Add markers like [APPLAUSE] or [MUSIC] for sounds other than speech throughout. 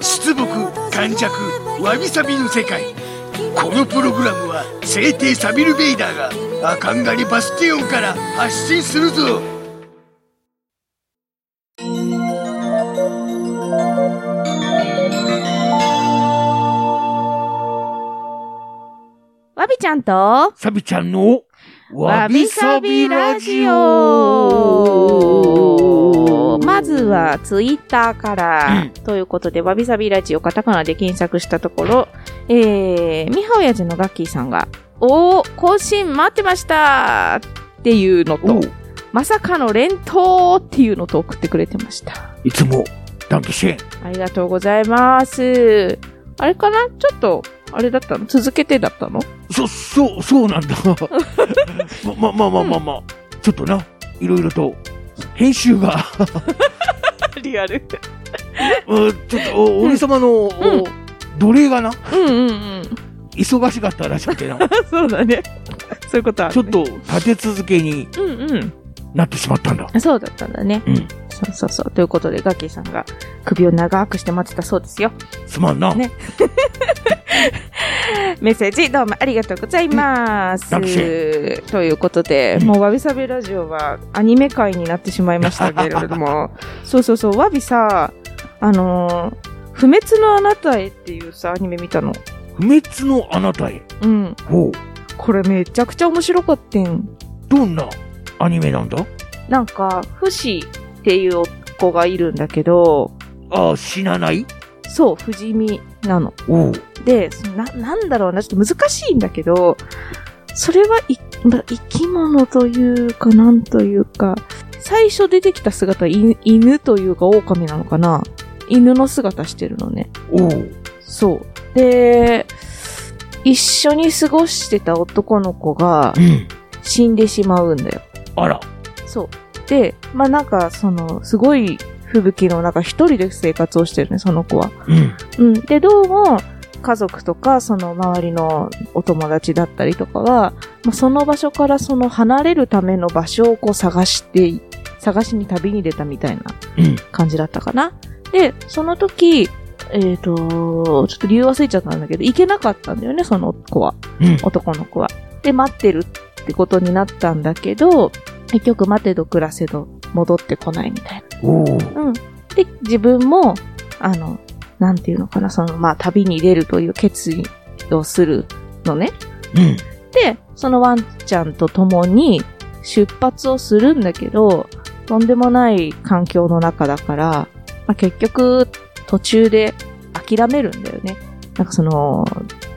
出木感弱わびさびの世界このプログラムは聖帝サビル・ベイダーがアカンガリ・バスティオンから発信するぞわびちゃんと、サビちゃんのわびさびラジオまずはツイッターから、うんということで、わびさびラジオカタカナで検索したところ、えー、みはおやじのガッキーさんが、おー、更新待ってましたっていうのおと、まさかの連投っていうのと送ってくれてました。いつもダンケシェンありがとうございます。あれかなちょっと、あれだったの続けてだったのそそうそう [LAUGHS] なんだまままあまあまあまあ、ちょっとないろいろと編集が [LAUGHS] リアル。 [LAUGHS] うんちょっとお俺様の、お奴隷がなうんうんうん。忙しかったらしくて [LAUGHS] な [LAUGHS] そうだね。そういうことあちょる、っね。と立て続けにと。うんうなってしまったんだん。そうだったんだね。うんそうそうそう。ということで、ガッキーさんが首を長くして待ってたそうですよ。すまんな、ねメッセージどうもありがとうございます。うんガッキということで、うんもうわびさびラジオはアニメ界になってしまいましたけれど [LAUGHS] も、そうそうそう、わびさ、あのー不滅のあなたへっていうさ、アニメ見たの。不滅のあなたへうん。ほうこれめちゃくちゃ面白かったん。どんなアニメなんだなんか、フシっていう子がいるんだけど、ああ死なないそう、不死身なの。おうで、そのな、なんだろうな、ちょっと難しいんだけど、それはい、ま生き物というか、なんというか、最初出てきた姿、い犬というか、狼なのかな犬の姿してるのね。おうそう。で、一緒に過ごしてた男の子がうん死んでしまうんだよ。あらそう。で、まあなんか、その、すごい吹雪の中、一人で生活をしてるね、その子は。うんうん。で、どうも、家族とか、その周りのお友達だったりとかは、まあ、その場所からその離れるための場所をこう探して、探しに旅に出たみたいなうん感じだったかな。で、その時、えっ、と、ちょっと理由忘れちゃったんだけど、行けなかったんだよね、その子は。うん男の子は。で、待ってるってことになったんだけど、結局待てど暮らせど戻ってこないみたいな。おううん。で、自分も、あの、なんていうのかな、その、まあ、旅に出るという決意をするのね。うんで、そのワンちゃんと共に出発をするんだけど、とんでもない環境の中だから、まあ、結局、途中で諦めるんだよね。なんかその、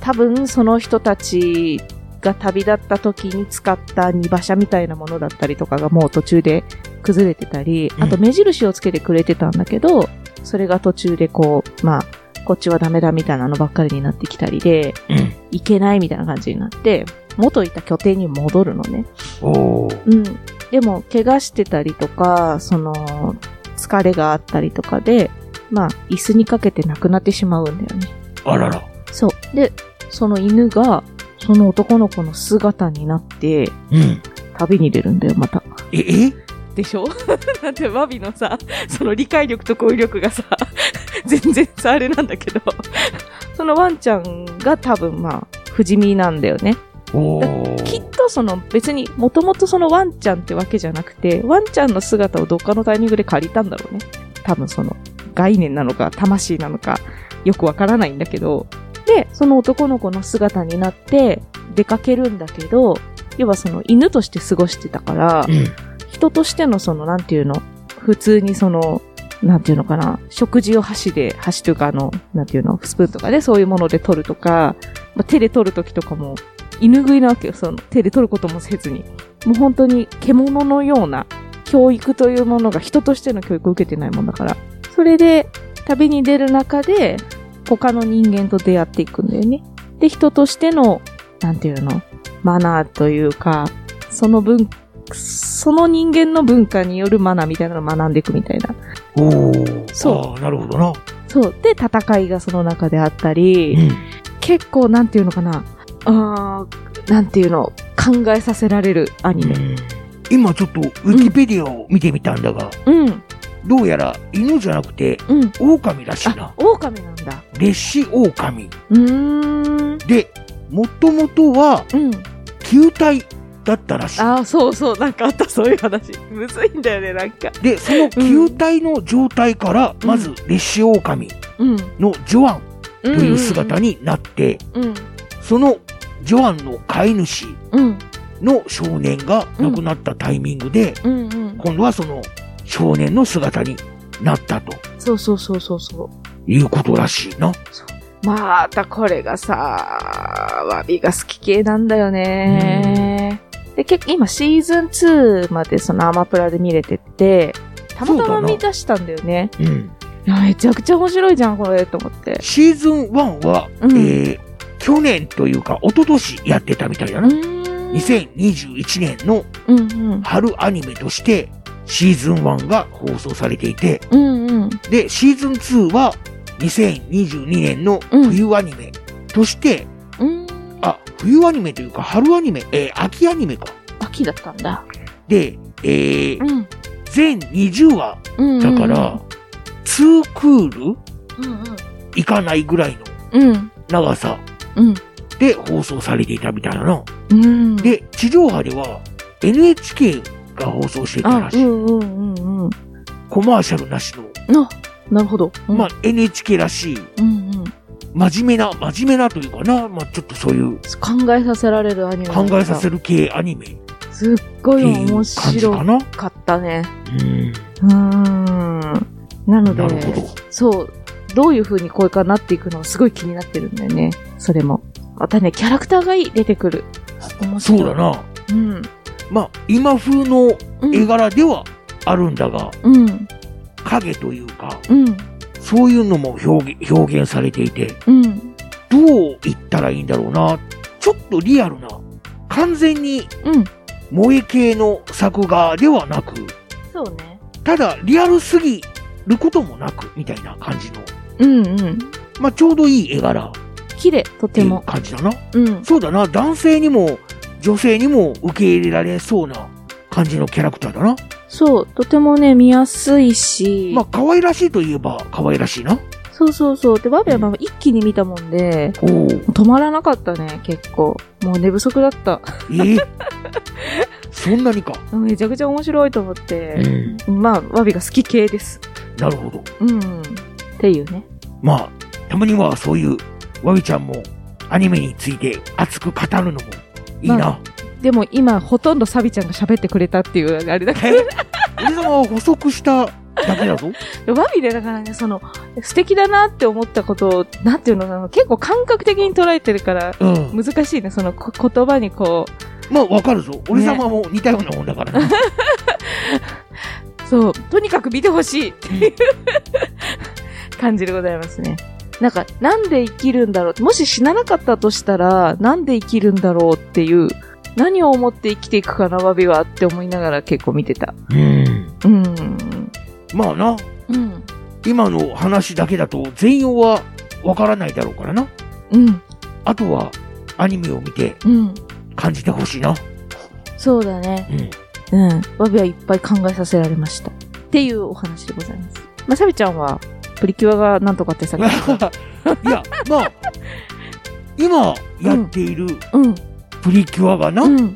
多分その人たちが旅立った時に使った荷馬車みたいなものだったりとかがもう途中で崩れてたり、うんあと目印をつけてくれてたんだけど、それが途中でこう、まあ、こっちはダメだみたいなのばっかりになってきたりで、うん行けないみたいな感じになって、元いた拠点に戻るのね。おううん。でも、怪我してたりとか、その、疲れがあったりとかで、まあ、椅子にかけて亡くなってしまうんだよね。あららそう。で、その犬が、その男の子の姿になって、うん旅に出るんだよ、また。ええでしょ [LAUGHS] なんて、ワビのさ、その理解力と語彙力がさ、 [LAUGHS] 全然さ、あれなんだけど、そのワンちゃんが多分、まあ、不死身なんだよね。おうきっとその別にもともとそのワンちゃんってわけじゃなくて、ワンちゃんの姿をどっかのタイミングで借りたんだろうね。多分その概念なのか魂なのかよくわからないんだけど。で、その男の子の姿になって出かけるんだけど、要はその犬として過ごしてたからう、ん人としてのそのなんていうの、普通にその、なんていうのかな、食事を箸で、箸というかあの、なんていうの、スプーンとかでそういうもので取るとか、まあ、手で取るときとかも、犬食いなわけよ、その手で取ることもせずに。もう本当に獣のような教育というものが人としての教育を受けてないもんだから。それで旅に出る中で他の人間と出会っていくんだよね。で、人としての、なんていうの、マナーというか、その文、その人間の文化によるマナーみたいなのを学んでいくみたいな。おーそうあーなるほどな。そう。で、戦いがその中であったり、うん。結構、なんていうのかな。あーなんていうの、考えさせられるアニメ。今ちょっとウィキペディアを見てみたんだが、うん、どうやら犬じゃなくてうん。狼らしいあな、。狼なんだ。烈士狼。うーん、で、もともとはうん。球体だったらしい。ああ、そうそう、なんかあった、そういう話。むずいんだよね、なんか。で、その球体の状態から、うんまず烈士狼うん。のジョアンとという姿。になって、うん、そのジョアンの飼い主うん、の少年が亡くなったタイミングで、うん、うん。今度はその少年の姿になったとそうそうそうそうそう。いうことらしいな。またこれがさ、ワビが好き系なんだよね。で、結構今シーズン2までそのアマプラで見れてて、たまたま見出したんだよね。うん、いや、めちゃくちゃ面白いじゃん、これ、と思って。シーズン1は、うんえー去年というか一昨年やってたみたいだうな。ーん。 2021年のうんうん。春アニメとしてシーズン1が放送されていて、うんうん。で、シーズン2は2022年の冬アニメとして、うん。あ、冬アニメというか春アニメ、えー秋アニメか。秋だったんだ。で、えーうん。全20話うん、だから、、2クールうんうん。いかないぐらいのうん。長さうん。で放送されていたみたいなの。うん。、で、地上波では NHK が放送していたあら、うしい。んうんうんうん。コマーシャルなしの、あ、なるほど。まあ、NHK らしい、うんうん。真面目な、真面目なというかな、まあ、ちょっとそういう考えさせられるアニメ考えさせる。る系アニメってすっごいいう面感じか白な。かったね。うん。うーん。なのなるほで、ど。そう、どういう風にこれからなっていくのすごい気になってるんだよね。それも。またね、キャラクターがいい、出てくる。面白そいうだ。な。うん。まあ、今風のうん絵柄ではあるんだが、うん。影というか、うん。そういうのも表現表現されていて、うん。どう言ったらいいんだろうな。ちょっとリアルな、完全にうん。萌え系の作画ではなく、そうね。ただリアルすぎることもなく、みたいな感じの、うんうん。まあ、ちょうどいい絵柄っ綺麗、とてていうも。感じだな。うん。そうだな、男性にも女性にも受け入れられそうな感じのキャラクターだな。そう、とてもね、見やすいし。まあ、可愛らしいといえば可愛らしいな。そうそうそう。で、バービーはまあ一気に見たもんで、おお。え止まらなかったね、結構。もう寝不足だった。 [LAUGHS] [LAUGHS] ーそんなにか。めちゃくちゃ面白いと思って。ん。まあ、ワビが好き系です。なるほど。うん。っていうね。まあ、たまにはそういう、ワビちゃんもアニメについて熱く語るのもいいな。までも今、ほとんどサビちゃんが喋ってくれたっていう、あれだけえ俺様は補足しただけだぞ。ど。ワビでだからね、その、素敵だなって思ったことを、なんていうのかな、結構感覚的に捉えてるから、うん。難しいね、そのこ言葉にこう、まあ、わかるぞ。俺様も似たようなもんだからな。そう、とにかく見てほしいっていう感じでございますね。なんか、なんで生きるんだろう。もし死ななかったとしたら、なんで生きるんだろうっていう、何を思って生きていくかな、わびはって思いながら結構見てた。うん。うーん。まあな、うん。今の話だけだと全容はわからないだろうからな。うん。あとは、アニメを見てうん。感じてほしいな。そうだね。うん。 [LAUGHS] うん。わびはいっぱい考えさせられました。っていうお話でございます。まあ、サビちゃんは、プリキュアがなんとかっ [LAUGHS] てさっき言った。いや、まあ、今やっているうん。プリキュアがな、うん。っ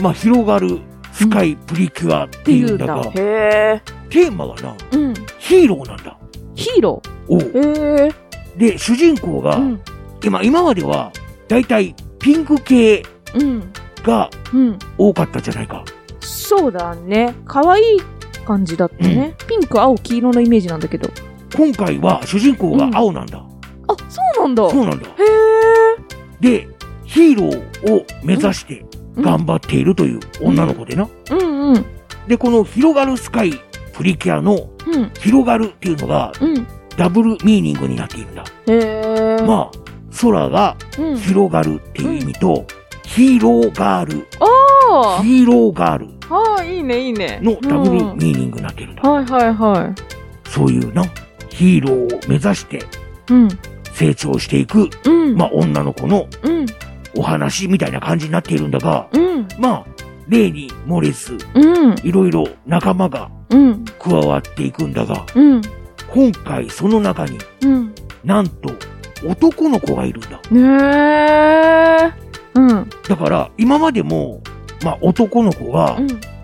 まあ、広がるスカイプリキュアってていいううんんだが、だ。へテーマがな、え。うん。ヒーローなんだ。ヒーロおうー。へえ。で、主人公が、うん。今、今までは、だいたいピンク系うん。がうん。多かったじゃないか。そうだね。可愛い感じだったね。ピンク、青、黄色のイメージなんだけど。今回は主人公が青なんだ。あ、そうなんだ。へそうなんだ。え。で、ヒーローを目指してうん頑張っているという女の子でな。うんうん。で、この広がるスカイプリキュアのうん。広がるっていうのがうん。ダブルミーニングになっているんだ。へえ。まあ、空がうん。広がるっていう意味と、ヒーローガール、あヒーローガールあ、ああ、いいね、いいね。のダブルうんミーニングになってるんだ。はいはいはそういうな、ヒーローを目指してい。うん。成長していく、うん。まあ女の子のうん。お話みたいな感じになっているんだが、うん。まあ、例にモレス、うん。いろいろ仲間がうん。加わっていくんだが、うん。今回その中にうん。なんと男の子がいるんだ。ねえ。うん。うん。だから今までも、まあ男の子が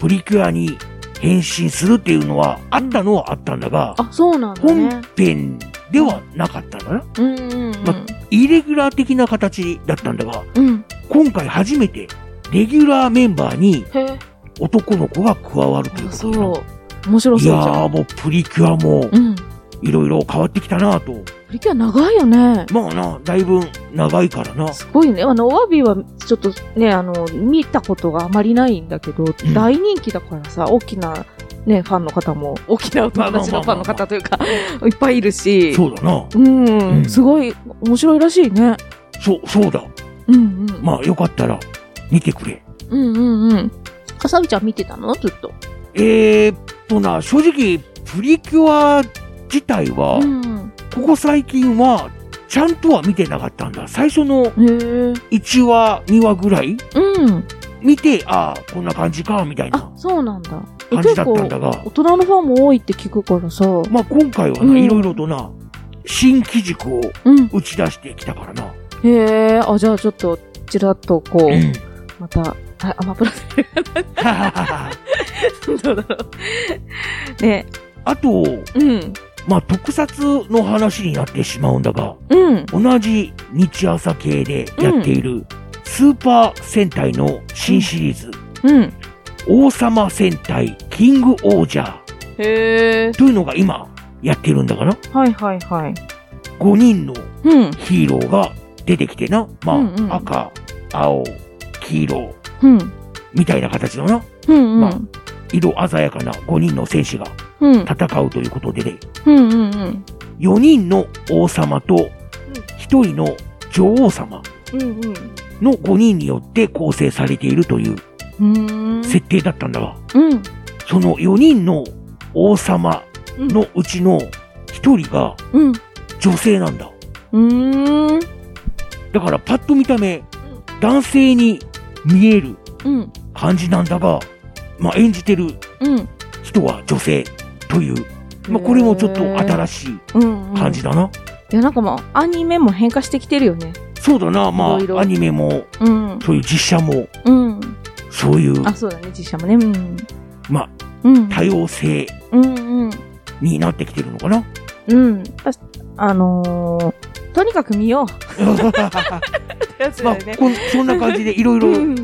プリキュアに変身するっていうのはあったのはあったんだが、あ、そうなんだ本ね。編ではなかったんだな。うんうんまイレギュラー的な形だったんだが、うん。うん。今回初めてレギュラーメンバーにへえ。男の子が加わるというあこそとだな。う。面白そういじやゃーもうプリキュアもん。うん。いろいろ変わってきたなと。プリキュア長いよね。まあな、だいぶ長いからな。すごいね。あの、おわびは、ちょっとね、あの、見たことがあまりないんだけど、ん大人気だからさ、大きな、ね、ファンの方も、大きなお友達のファンの方というか、 [LAUGHS] いっぱいいるし、そうだな。うん、うんすごい、面白いらしいね。そう、そうだ。うんうん。まあよかったら見てくれ。うんうんうん。かさびちゃん見てたのずっと。えー、っとな、正直、プリキュア自体は、うん。ここ最近は、ちゃんとは見てなかったんだ。最初のへえ。 1話、2話ぐらいうん。見て、ああ、こんな感じか、みたいあな、そうなんだ。え感じだったんだが大、人のファンも多いって聞くからさ。まあ今回はうな、んいろいろとな、新機軸をうん。打ち出してきたからな。へえ。あ、じゃあちょっと、ちらっとこ [LAUGHS] う、うん。また、あアマプラどうだろ [LAUGHS] う。ね、あと、うん、まあ特撮の話になってしまうんだが、うん、同じ日朝系でやっている、スーパー戦隊の新シリーズ、うん。王様戦隊キングオージャーへえ。というのが今やってるんだから、はいはいはい。 5人のうん、ヒーローが出てきてな、まあ、うんうん赤、青、黄色、うん、みたいな形のな、うん、うまあん、色鮮やかな5人の戦士がうん、戦うということでね、うん、うん、うん、 4人の王様と1人の女王様うん、うん。の5人によって構成されているといううん。設定だったんだが、うん。その4人の王様のうちの1人がうん。女性なんだ。うん。だからパッと見た目、男性に見えるうん。感じなんだが、まあ、演じてるうん。人は女性という、まあ、これもちょっと新ししいい感じ。だな。いや、なんかまあ、アニメも変化してきてるよね。そうだな、まいろいあ、ろアニメも、うん。そういう実写も、うん。そういう、あ、そうだね、実写もね。うん。まあ、うん。多様性うん、うん。になってきてるのか [LAUGHS] な。うん。あのー、とにかく見よう。やつまあ、こんそんな感じでいろいろうん。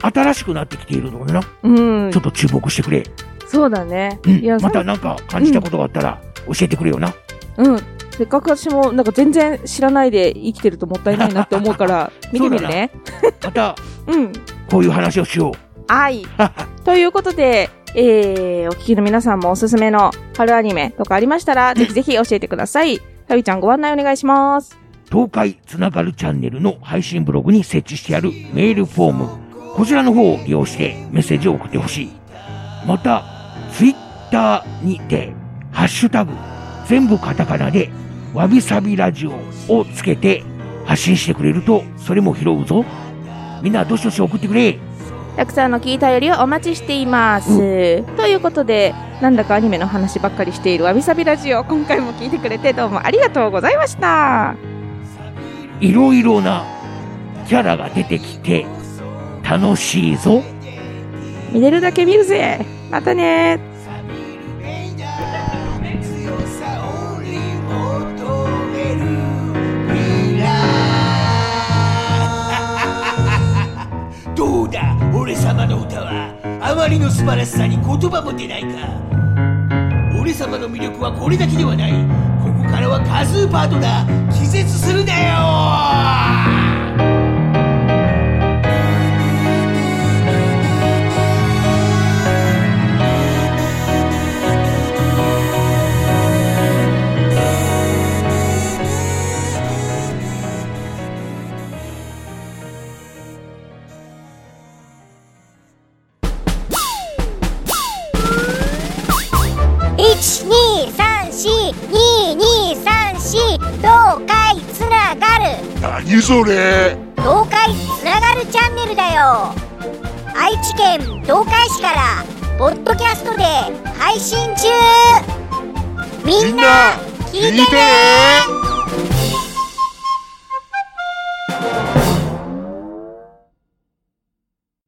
新しくなってきているのかな。ちうんょ。っと注目してくれ。そうだね。うんいや、まさたなんか感じたことがあったら教えてくれよな。うん。せっかく私も、なんか全然知らないで生きてるともったいないなって思う [LAUGHS] から、見てみるね。また、うん。こういう話をしよう。はい。ということで、えー、お聞きの皆さんもおすすめの春アニメとかありましたら、ぜひぜひ教えてください。サビちゃんご案内お願いします。東海つながるチャンネルの配信ブログに設置してあるメールフォーム、こちらの方を利用してメッセージを送ってほしい。また、ツイッターにて、ハッシュタグ、全部カタカナで、わびさびラジオをつけて発信してくれると、それも拾うぞ。みんなどしどし送ってくれ。たくさんの聞いたよりをお待ちしています。ということで、なんだかアニメの話ばっかりしているわびさびラジオ、今回も聞いてくれてどうもありがとうございました。いろいろなキャラが出てきて、楽しいぞ。見れるだけ見るぜまたね強さをリモートめる未来 [LAUGHS] どうだ俺様の歌はあまりの素晴らしさに言葉も出ないか俺様の魅力はこれだけではないここからはカズーパートナー気絶するなよ1234東海つながる何それ東海つながるチャンネルだよ愛知県東海市からポッドキャストで配信中みんな聞いてね